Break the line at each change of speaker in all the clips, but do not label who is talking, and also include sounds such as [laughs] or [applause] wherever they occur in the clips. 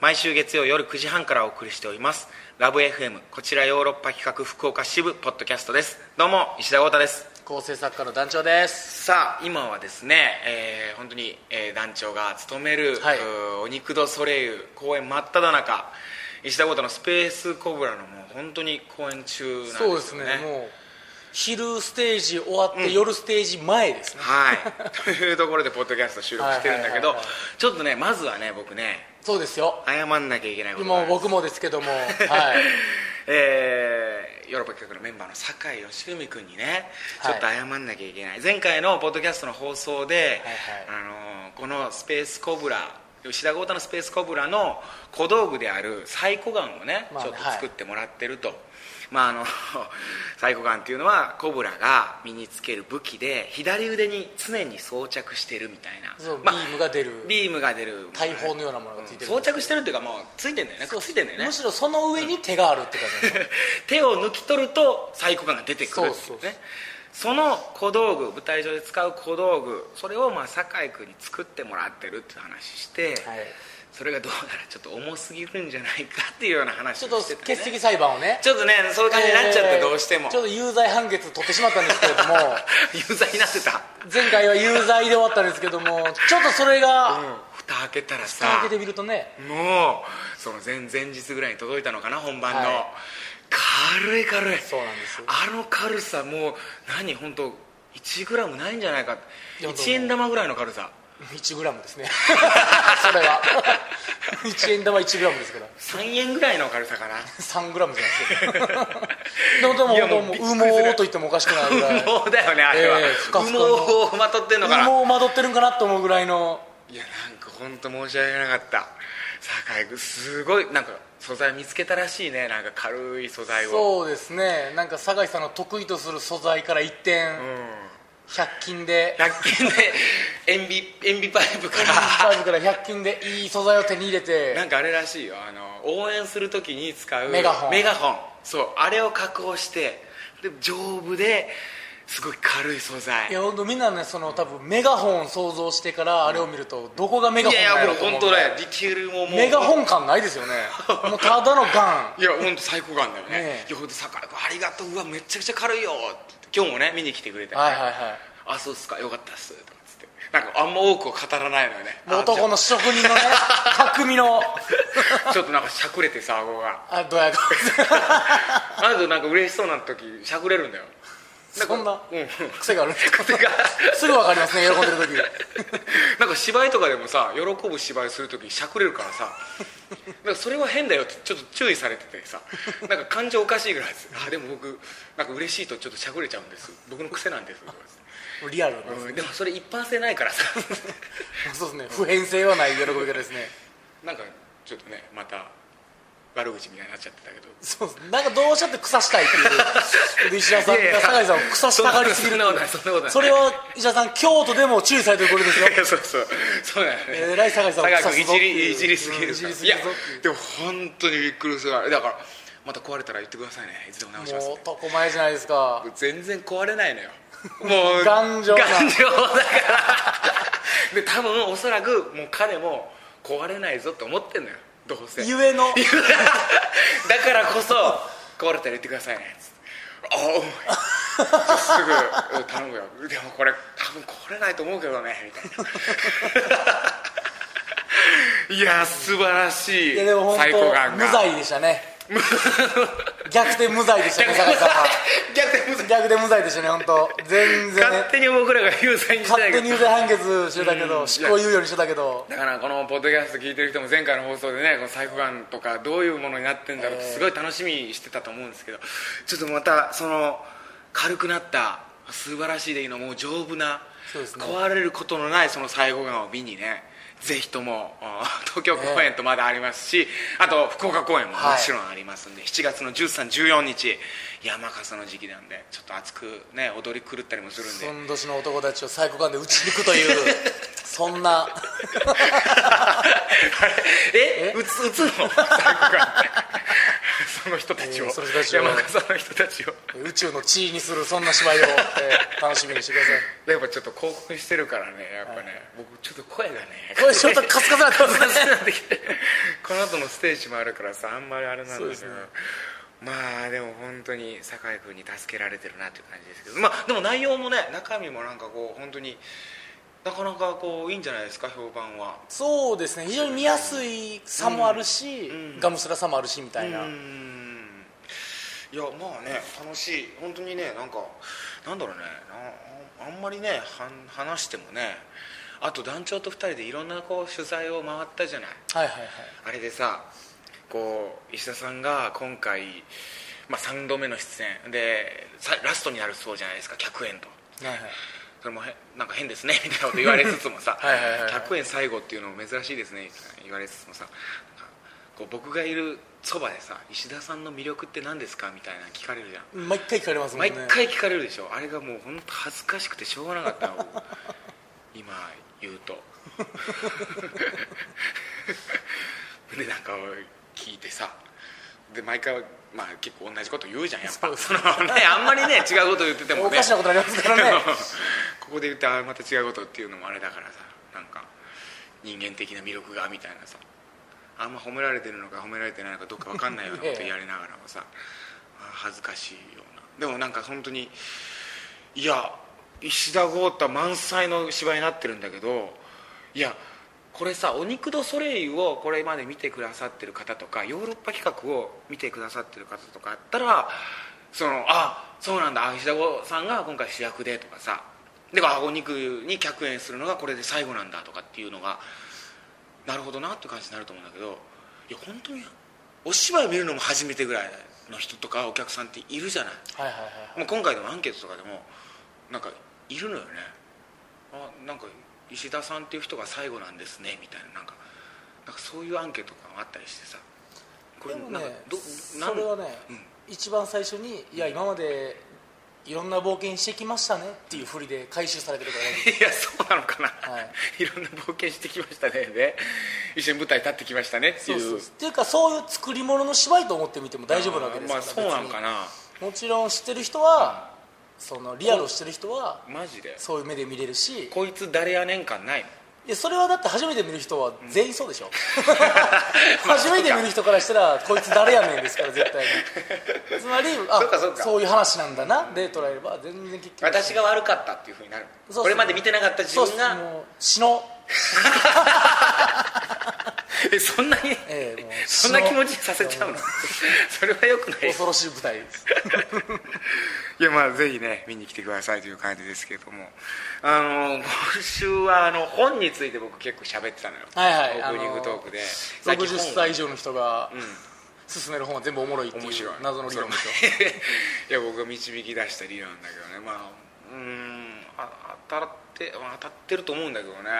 毎週月曜夜9時半からお送りしておりますラブ f m こちらヨーロッパ企画福岡支部ポッドキャストですどうも石田豪太です
構成作家の団長です
さあ今はですね、えー本当に、えー団長が務める、
はいう
ーお肉ドソレイユ公演真っ只中石田豪太のスペースコブラのもう本当に公演中なんですよね
そうですねもう昼ステージ終わって夜ステージ前ですね、
はい、 [laughs] というところでポッドキャスト収録してるんだけど、
はいはいはいはい
ちょっとねまずはね僕ね
そうですよ
謝んなきゃいけないことがあ
今
る
僕もですけ [laughs] どもはい
[laughs] えーヨーロッパ企画のメンバーの酒井義文君にねちょ
はい
っと謝んなきゃいけない、前回のポッドキャストの放送で、
は
あのーこのスペースコブラ吉田豪太のスペースコブラの小道具であるサイコガンをね,、
まあ
ち
ね
ょっと作ってもらってると、まああの [laughs] サイコガンっていうのはコブラが身につける武器で左腕に常に装着してるみたいな
そう
まあ
ビームが出る
ビームが出る
大砲のようなものがついてる
装着してるっていうかもうついてんだよねくっついてんだよね
むしろその上に手があるって感じです
[laughs] 手を抜き取るとサイコ感が出てくるっていうねそ
そうそうそう
の小道具舞台上で使う小道具それをまあ酒井君に作ってもらってるっていう話して、
はい
それがどうやらちょっと重すぎるんじゃないかっていうような話
[laughs] ちょ
を
っ
し
と
てた、ね、
欠席裁判をね
ちょっとねそういう感じになっちゃって、
えー
どうしても
ちょっと有罪判決取ってしまったんですけれども [laughs]
[laughs] 有罪になってた
前回は有罪で終わったんですけどもちょっとそれが
蓋開けたらさ
開けてみるとね
もうその前々日ぐらいに届いたのかな本番の、
はい
軽い軽い
そうなんですよ
あの軽さもう何本当1グラムないんじゃないか
いや
1円玉ぐらいの軽さ
1グラムですね [laughs] それは1円玉1グラムですから
3円ぐらいの軽さかな
3グラムじゃないですよでも
い
で
やも
も
う
もう
びっくりす
羽
る
毛と言ってもおかしくないぐらい
[laughs] 羽毛だよねあれは、
ええふかふかの
羽毛をまとってんのかな
羽毛をまどってるんかなと思うぐらいの
いやなんか本当申し訳なかった酒井君すごいなんか素材見つけたらしいねなんか軽い素材を
そうですねなんか酒井さんの得意とする素材から一点、100均で
100均で塩ビ塩ビパイプか
フ
ら
ァイブから100均でいい素材を手に入れ
な
て
んかあれらしいよあの応援するときに使う
メガホン
メガホンそうあれを加工してで丈夫ですごい軽い素材
いや本当みんなねその多分メガホン想像してからあれを見るとどこがメガ
い
ホン
や
な
い
んや
や
ろ
もう
と
本当
思うぐ
だ
らい
よディテールももう
メガホン感ないですよねもうただのガ
[laughs]
ン
いや本当最高感だよね
ねえ
いやほんと酒井君ありがとううわめちゃくちゃ軽いよって言って今日もね見に来てくれて、
はいはいはい
あそうっすかよかったっすとかっつってなんかあんま多くを語らないのよね
もう男
の
の職人の [laughs] ね匠の
ちょっとなんかしゃくれてさ顎が
あどや顔
あなたなんか嬉しそうな時しゃくれるんだよ
そんな
うん
癖があるんですか
癖が
すぐ分かりますね喜んでる
[laughs] なんか芝居とかでもさ喜ぶ芝居するときしゃくれるからさなんかそれは変だよってちょっと注意されててさなんか感情おかしいぐらいですあでも僕なんか嬉しいとちょっとしゃくれちゃうんです僕の癖なんです、
時リアルな、
うんでもそれ一般性ないからさ [laughs]
そうですね普遍性はない喜び方ですね
なんかちょっとねまた悪口みたいになっちゃってたけど
そうですなんかどうしちゃって草したいっていうで石田さん
いやいや
が酒井さんを草したがりすぎるってい
そんなことないそんなことな
う
い
それは石田さん京都でも注意されてることですよ
[laughs] そうそうそうだよね、
えらい酒井さんを
酒井
草す
君い
ぞ
じ
っていう
りいじりすぎ
うん
る
いじ
から
りす
い
ぎ
や
るぞっていう
でも本当にびっくりするからだからまた壊れたら言ってくださいねいつでも直しますん
もう
で
男前じゃないですか
全然壊れないの
[laughs]
よもう
頑丈な
頑丈だからで多分おそらくもう彼も壊れないぞって思ってんのよどうせ
ゆえの
[laughs] だからこそ壊れたら言ってくださいねつってああうまいすぐうん頼むよでもこれ多分壊れないと思うけどねみたいないや素晴らしい
いやでも本
最高
当
感が
無罪でし
[laughs]
たね逆転無罪でしたね酒井さんは
[laughs] 逆転無罪
逆転無罪でしたね本当全然ね
勝手に僕らが有罪にしてたけ
勝手
ど
に有罪判決してたけど執行猶予にしてたけど
だからこのポッドキャスト聞いてる人も前回の放送でねこのサイコガンとかどういうものになってんだろうって
えー
すごい楽しみにしてたと思うんですけどちょっとまたその軽くなった素晴らしいでいいのもう丈夫な、
そうですね
壊れることのないそのサイコガンを見にねぜひともあー東京公演とまだありますし、あと福岡公演ももちろんありますんで、7月の1314日山笠の時期なんでちょっと熱くね踊り狂ったりもするんで
その年の男たちを最高感で打ち抜くという
[laughs]
そんな
え [laughs] うつうつの最後がその人たちを
えーその人たちを
山笠の人たちを
宇宙の地位にするそんな芝居を、えー楽しみにしてください
やっぱちょっと興奮 [laughs] してるからねやっぱね、僕ちょっと声がね
これちょっとカスカスなってま
カ
すね
スカスになってきてこの後のステージもあるからさあんまりあれなんだけ
そう
ど、
ですね
まあでも本当に酒井君に助けられてるなっていう感じですけどまあでも内容もね中身もなんかこう本当になかなかこういいんじゃないですか評判は
そうですね非常に見やすいさもあるし、
うん
がむしゃらさもあるしみたいな、
うーんいやまあね楽しい本当にねなんかなんだろうねなあんまりねはん話してもねあと団長と2人でいろんなこう取材を回ったじゃない
はいはいはい
あれでさこう石田さんが今回、まあ、3度目の出演でさラストになるそうじゃないですか客演と
はいはい
それもへなんか変ですね [laughs] みたいなこと言われつつもさ
[laughs] はいはいはいはい
100円最後っていうのも珍しいですねみたいな言われつつもさなんかこう僕がいるそばでさ石田さんの魅力って何ですかみたいな聞かれるじゃん
毎回聞かれますもんね
毎回聞かれるでしょあれがもう本当恥ずかしくてしょうがなかったの
[laughs]
僕今言うと [laughs] でなんか聞いてさで毎回まあ結構同じこと言うじゃんやっぱ
そう
そのねあんまりね違うこと言っててもね
おかしなことになりますからね
[laughs] ここで言ってあまた違うことっていうのもあれだからさなんか人間的な魅力がみたいなさあんま褒められてるのか褒められてないのかどっか分かんないようなことやりながらもさあ恥ずかしいようなでもなんか本当にいや石田豪太満載の芝居になってるんだけどいやこれさ「お肉ドソレイユ」をこれまで見てくださってる方とかヨーロッパ企画を見てくださってる方とかあったらそのあそうなんだあ石田豪さんが今回主役でとかさであお肉に客演するのがこれで最後なんだとかっていうのがなるほどなって感じになると思うんだけどいや本当にお芝居見るのも初めてぐらいの人とかお客さんっているじゃない
はいはいはい
もう今回のアンケートとかでもなんかいるのよねあなんか石田さんっていう人が最後なんですねみたいななんかなんかそういうアンケートとかもあったりしてさこ
でも
なん
ね
かどな
そ
ん
れはね、一番最初に「いや今までいろんな冒険してきましたね」っていうふりで回収されてるから大丈夫
いやそうなのかな、、
はい
ろんな冒険してきましたねで一緒に舞台立ってきましたねってい
そううそうっていうかそういう作り物の芝居と思ってみても大丈夫なわけです
ま
か
あ
ら
そうなのかな
別にもちろん知ってる人は、そのリアルを知ってる人は
マジで
そういう目で見れるし
こいつ誰やねん感ないの
いやそれはだって初めて見る人は全員そう
[laughs]
でしょ、初めて見る人からしたらこいつ誰やねんですから絶対
[laughs]
につまりあ
そうかそうか
いう話なんだなで捉えれば全然結局
私が悪かったっていうふうになる
そうそう
これまで見てなかった自分
そう
が
もう死の、
えそんなに、
ええもう
そんな気持ちにさせちゃうのそれはよくない
恐ろしい舞台です
[laughs] いやまあぜひね見に来てくださいという感じですけれどもあの今週はあの本について僕結構喋ってたのよ
はいはい
オープニングトークで、最近
60
本を
歳以上の人が勧める本は全部おもろいってい
面
う
白い
謎の理論でしょ
それ [laughs] いや僕が導き出した理論だけどねまあうーんあ当たって、まあ、当たってると思うんだけどね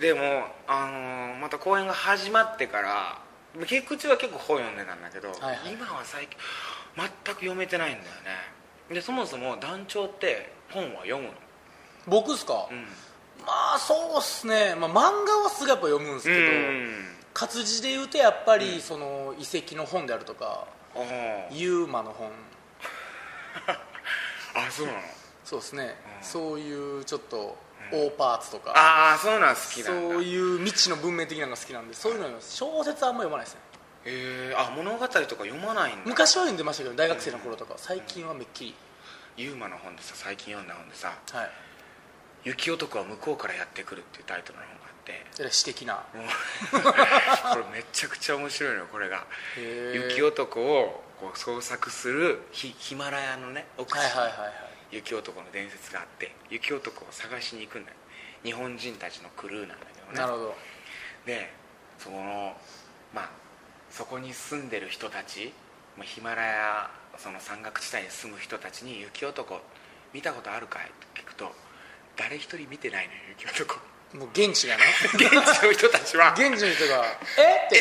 でもあのーまた公演が始まってから結局中は結構本読んでたんだけど、
はいはい
今は最近全く読めてないんだよねでそもそも団長って本は読むの
僕っすか、
うん
まあそうっすね、まあ、漫画はすぐやっぱ読むんですけど、活字で言うとやっぱりその遺跡の本であるとか、
あー
ユーマの本
あそうなの
そうですね、
うん
そういうちょっと大パーツとか、
ああそうなん好きなんだ
そういう未知の文明的なのが好きなんでそういうの読みます小説はあんま読まないですね
えーあ物語とか読まないんだ
昔は読んでましたけど大学生の頃とか最近はめっきり、
ユーマの本でさ最近読んだ本でさ
はい
「雪男は向こうからやってくる」っていうタイトルの本があって
えらい詩的な [laughs]
もうこれめちゃくちゃ面白いのよこれが
へー
雪男をこう創作するヒヒマラヤのね奥地
はい
に
はいはいはい
雪男の伝説があって雪男を探しに行くんだよ日本人たちのクルーなんだけどね
なるほど
でそのまあそこに住んでる人たちまあヒマラヤその山岳地帯に住む人たちに「雪男見たことあるかい?」って聞くと誰一人見てないのよ雪
[laughs]
男
もう現
[laughs]
地がね
現地の人たちは
現地の人が「えっ?」て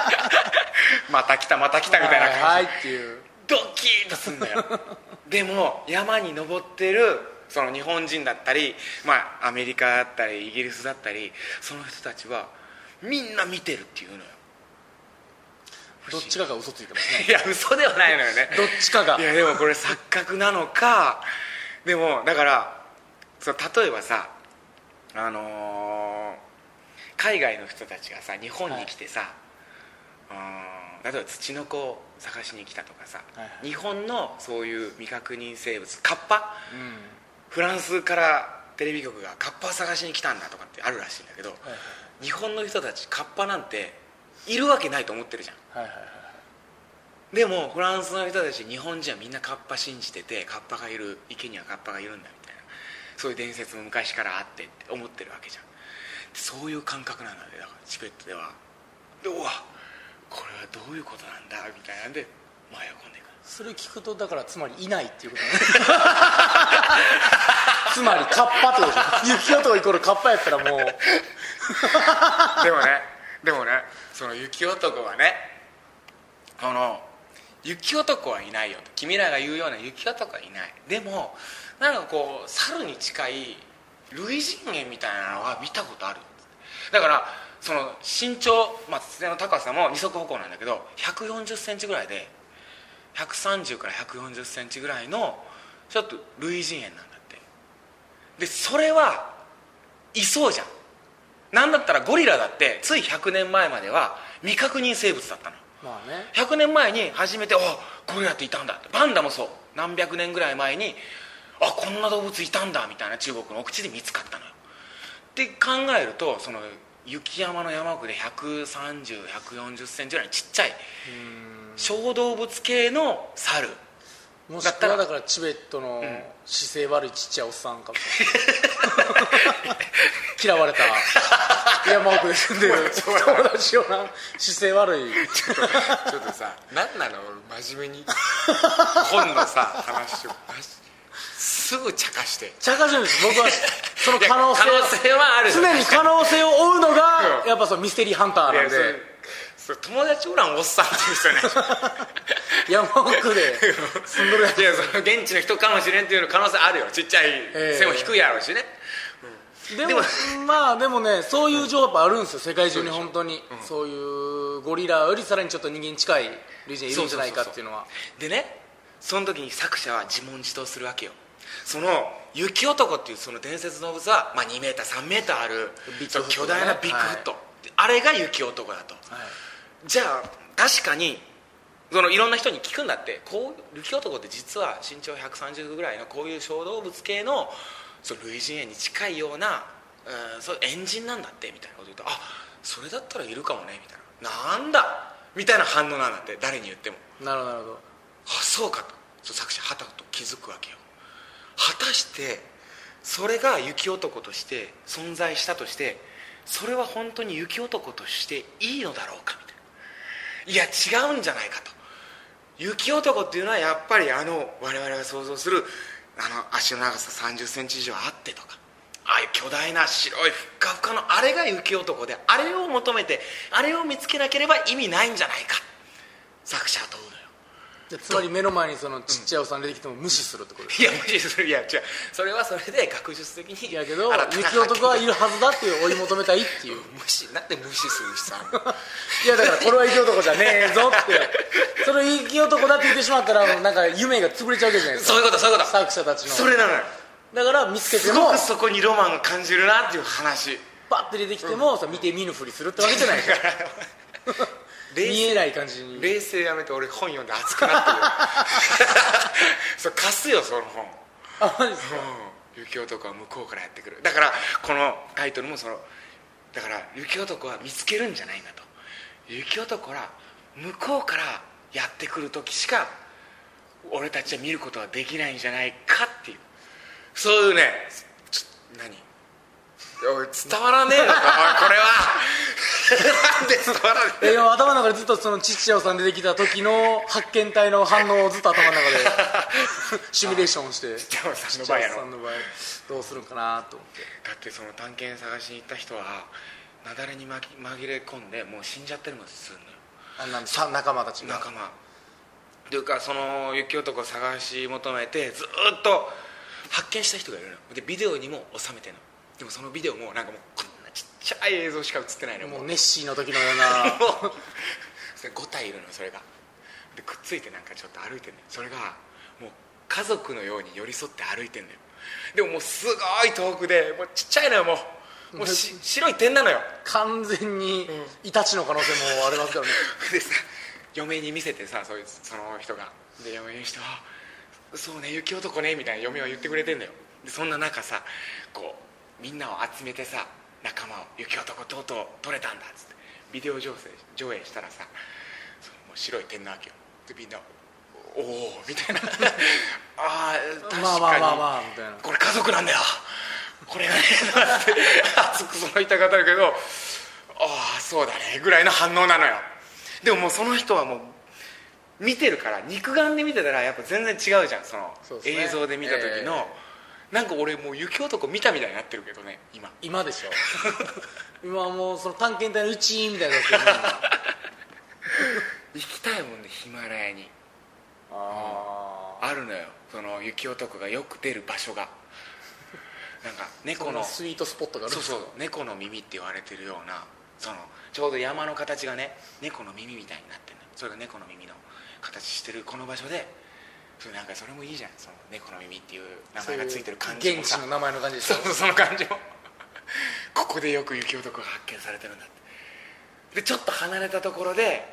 「また来たまた来た」みたいな感じ、
はいはいっていう
ドキーッとすんだ
[laughs]
よでも山に登ってるその日本人だったり、まあ、アメリカだったりイギリスだったりその人たちはみんな見てるっていうのよ
どっちかが嘘ついてますね
いや嘘ではないのよね
どっちかが
いやでもこれ錯覚なのかでもだからそう例えばさあのー海外の人たちがさ日本に来てさ、うん例えば土の子を探しに来たとかさ、
はいはい
日本のそういう未確認生物カッパ
うん
フランスからテレビ局がカッパを探しに来たんだとかってあるらしいんだけど、日本の人たちカッパなんているわけないと思ってるじゃん
はいはいはい
でもフランスの人たち日本人はみんなカッパ信じててカッパがいる池にはカッパがいるんだみたいなそういう伝説も昔からあってって思ってるわけじゃんそういう感覚なんだねだからチベットではでうわこれはどういうことなんだみたいなんで迷い込んでいく
それ聞くとだからつまりいないって
[laughs]
いうことねつまりカッパってことでしょ雪男イコールカッパやったらもう
でもねでもねその雪男はねあの雪男はいないよと君らが言うような雪男はいないでもなんかこう猿に近い類人猿みたいなのは見たことあるだからその身長、まあ、土の高さも二足歩行なんだけど1 4 0ンチぐらいで130から1 4 0ンチぐらいのちょっと類人猿なんだってでそれはいそうじゃんなんだったらゴリラだってつい100年前までは未確認生物だったの
まあね
100年前に初めて「おゴリラっていたんだ」ってパンダもそう何百年ぐらい前に「あこんな動物いたんだ」みたいな中国の奥地で見つかったのよって考えるとその雪山の山奥で130140センチぐらいのちっちゃい小動物系の猿
もしくはだからチベットの姿勢悪いちっちゃいおっさん [laughs] かも嫌われた山奥で [laughs] 住んでる友達をな姿勢悪い
ちょっとさ
なんなの俺真面目に [laughs]
[laughs] 今度さ話を
すぐ茶化して
茶化してるんです僕はその可能性
可能性はある
常に可能性を追うのが
うん
やっぱそのミステリーハンター
い
なん
やそれ
で
それ友達おらんおっさんっていう人ね
山奥 [laughs] で住んどるやつ
いやその現地の人かもしれんっていうの可能性あるよちっちゃい
ええ
背も低いやろうしね、
でもまあでもねそういう情報やっぱあるんですよ世界中に本当にそういうゴリラよりさらにちょっと人間に近い類人いるんじゃないかっていうのは
でねその時に作者は自問自答するわけよその雪男っていうその伝説の動物は、まあ、2メーター3メーターある
ビッグフットね
その巨大なビッグフット、あれが雪男だと
はい
じゃあ確かにそのいろんな人に聞くんだってこう雪男って実は身長130ぐらいのこういう小動物系のその類人猿に近いような、うん、そうエンジンなんだってみたいなこと言うとあそれだったらいるかもねみたいななんだみたいな反応なんだって誰に言っても
なるほどなるほど
あそうかとそう作者はたと気づくわけよ果たしてそれが雪男として存在したとしてそれは本当に雪男としていいのだろうかみたいないや違うんじゃないかと雪男っていうのはやっぱりあの我々が想像するあの足の長さ3 0センチ以上あってとかああいう巨大な白いふっかふかのあれが雪男であれを求めてあれを見つけなければ意味ないんじゃないか作者は問うのよ
でつまり目の前にそのちっちゃいおっさん出てきても無視するってことです
いや無視するいや違うそれはそれで学術的に
やけど
新たな
雪男はい
発
るはずだっていう追い求めたいっていう
見無視なんで無視するしさ
いやだからこれは雪男じゃねえぞってそれ雪男だって言ってしまったらなんか夢が潰れちゃうわけじゃないですか
そういうことそういうこと
作者たち
[laughs]
の
それなのよ
だから見つけて
す
も
ごくそこにロマンを感じるなっていう話
パッて出てきても、さ見て見ぬふりするってわけじゃないですか
[laughs] 冷静
見えない感じに
冷静やめて俺本読んで熱くなってる
[laughs]
そう貸すよその本
あマジですか
うん雪男は向こうからやってくるだからこのタイトルもそのだから雪男は見つけるんじゃないんだと雪男は向こうからやってくる時しか俺たちは見ることはできないんじゃないかっていうそういうねちょ何おい伝わらねえのかおいこれはなんで伝わらねえ
え今頭の中でずっとそのちっちゃいおっさん出てきた時の発見体の反応をずっと頭の中で
[laughs]
シミュレーションしてちっ
ちゃいおっさんの場合やろ
ちゃいおっさんの場合どうするんかなと思って
だってその探検探しに行った人は雪崩に紛紛れ込んでもう死んじゃってるもんすんのよ
あんなさ仲間たちが
仲間というかその雪男を探し求めてずーっと発見した人がいるのでビデオにも収めてるのでもそのビデオもなんかもうこんなちっちゃい映像しか映ってないのよも
も
う
う
もう
ネッシーの時のよ
[laughs]
うな
それ5体いるのよそれがでくっついてなんかちょっと歩いてるのよそれがもう家族のように寄り添って歩いてるのよでももうすごい遠くでもうちっちゃいのよもう
もうし白い点なのよ
完全にイタチの可能性もありますからね
[laughs] でさ嫁に見せてさそいつその人がで嫁にしては「そうね雪男ね」みたいな嫁は言ってくれてんだよでそんな中さこうみんなを集めてさ仲間を「雪男とうとう取れたんだ」っつってビデオ上映上映したらさそのもう白い点なわけよでみんな「おお」み
[laughs]
たいな「ああ確かに、
まあまあまあまあみたいな
これ家族なんだよこれがね」 [laughs] って熱くその言いたかったけど「ああそうだね」ぐらいの反応なのよでももうその人はもう見てるから肉眼で見てたらやっぱ全然違うじゃんその
そうですね
映像で見た時の、なんか俺もう雪男見たみたいになってるけどね今
今
[laughs]
でしょ今はもうその探検隊のうちみたいなや
[laughs]
つですよ今
行きたいもんねヒマラヤに
あ
あるのよその雪男がよく出る場所がなんか猫の
スイートスポットがある
そうそう猫の耳って言われてるようなそのちょうど山の形がね猫の耳みたいになってるのそれが猫の耳の形してるこの場所でそれなんかそれもいいじゃんその猫の耳っていう名前がついてる感じも
現
さ
地の名前の感じで
そ [laughs]
すよ
うそうその感じもここでよく雪男が発見されてるんだってでちょっと離れたところで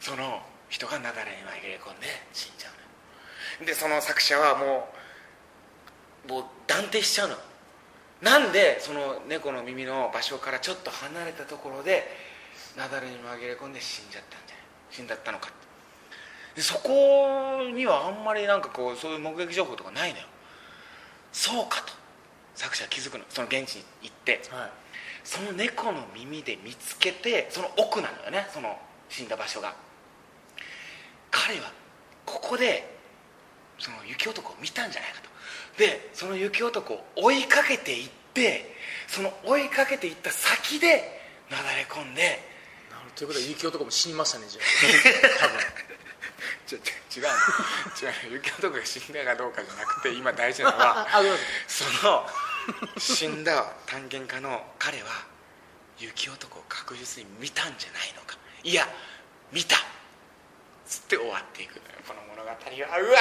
その人が雪崩に紛れ込んで死んじゃうのよでその作者はもうもう断定しちゃうのなんでその猫の耳の場所からちょっと離れたところで雪崩に紛れ込んで死んじゃったんじゃない死んだったのかってでそこにはあんまりなんかこうそういう目撃情報とかないのよそうかと作者は気づくのその現地に行って
はい
その猫の耳で見つけてその奥なのよねその死んだ場所が彼はここでその雪男を見たんじゃないかとでその雪男を追いかけていってその追いかけていった先でなだれ込んで
なるほどということは雪男も死にましたねじゃ [laughs] あ多分
ちょちょ違うの違うの雪男が死んだかどうかじゃなくて今大事なのは
ああごめんなさい
その死んだ探検家の彼は雪男を確実に見たんじゃないのかいや見たつって終わっていくのよこの物語はうわ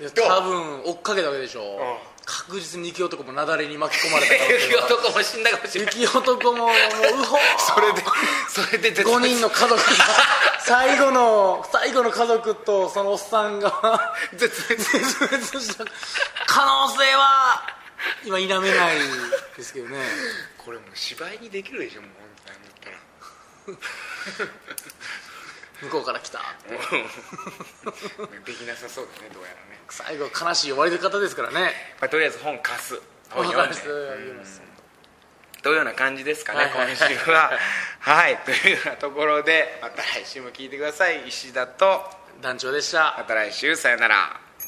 い
ど
や
う
多分追っかけたわけでしょ、
ん
確実に雪男も雪崩に巻き込まれた可能性
雪
が
男も死んだかもしれない
雪男ももうう [laughs] ほ
[laughs] それでそれで絶
5
滅
人の家族が最後の最後の家族とそのおっさんが
絶滅
絶滅した可能性は今否めないですけどね
これもう芝居にできるでしょもう本当に
向こうから来た
だっ
[laughs]
たらできなさそうだねどうやらね、
最後悲しい終わり方ですからね
まあ、とりあえず本貸す本
わ
読
かり
ん
ま
です
読みます
というような感じですかね、
はいはいはい
今週は。はい、というようなところで、また来週も聞いてください。石田と、
団長でした
また来週、さよなら。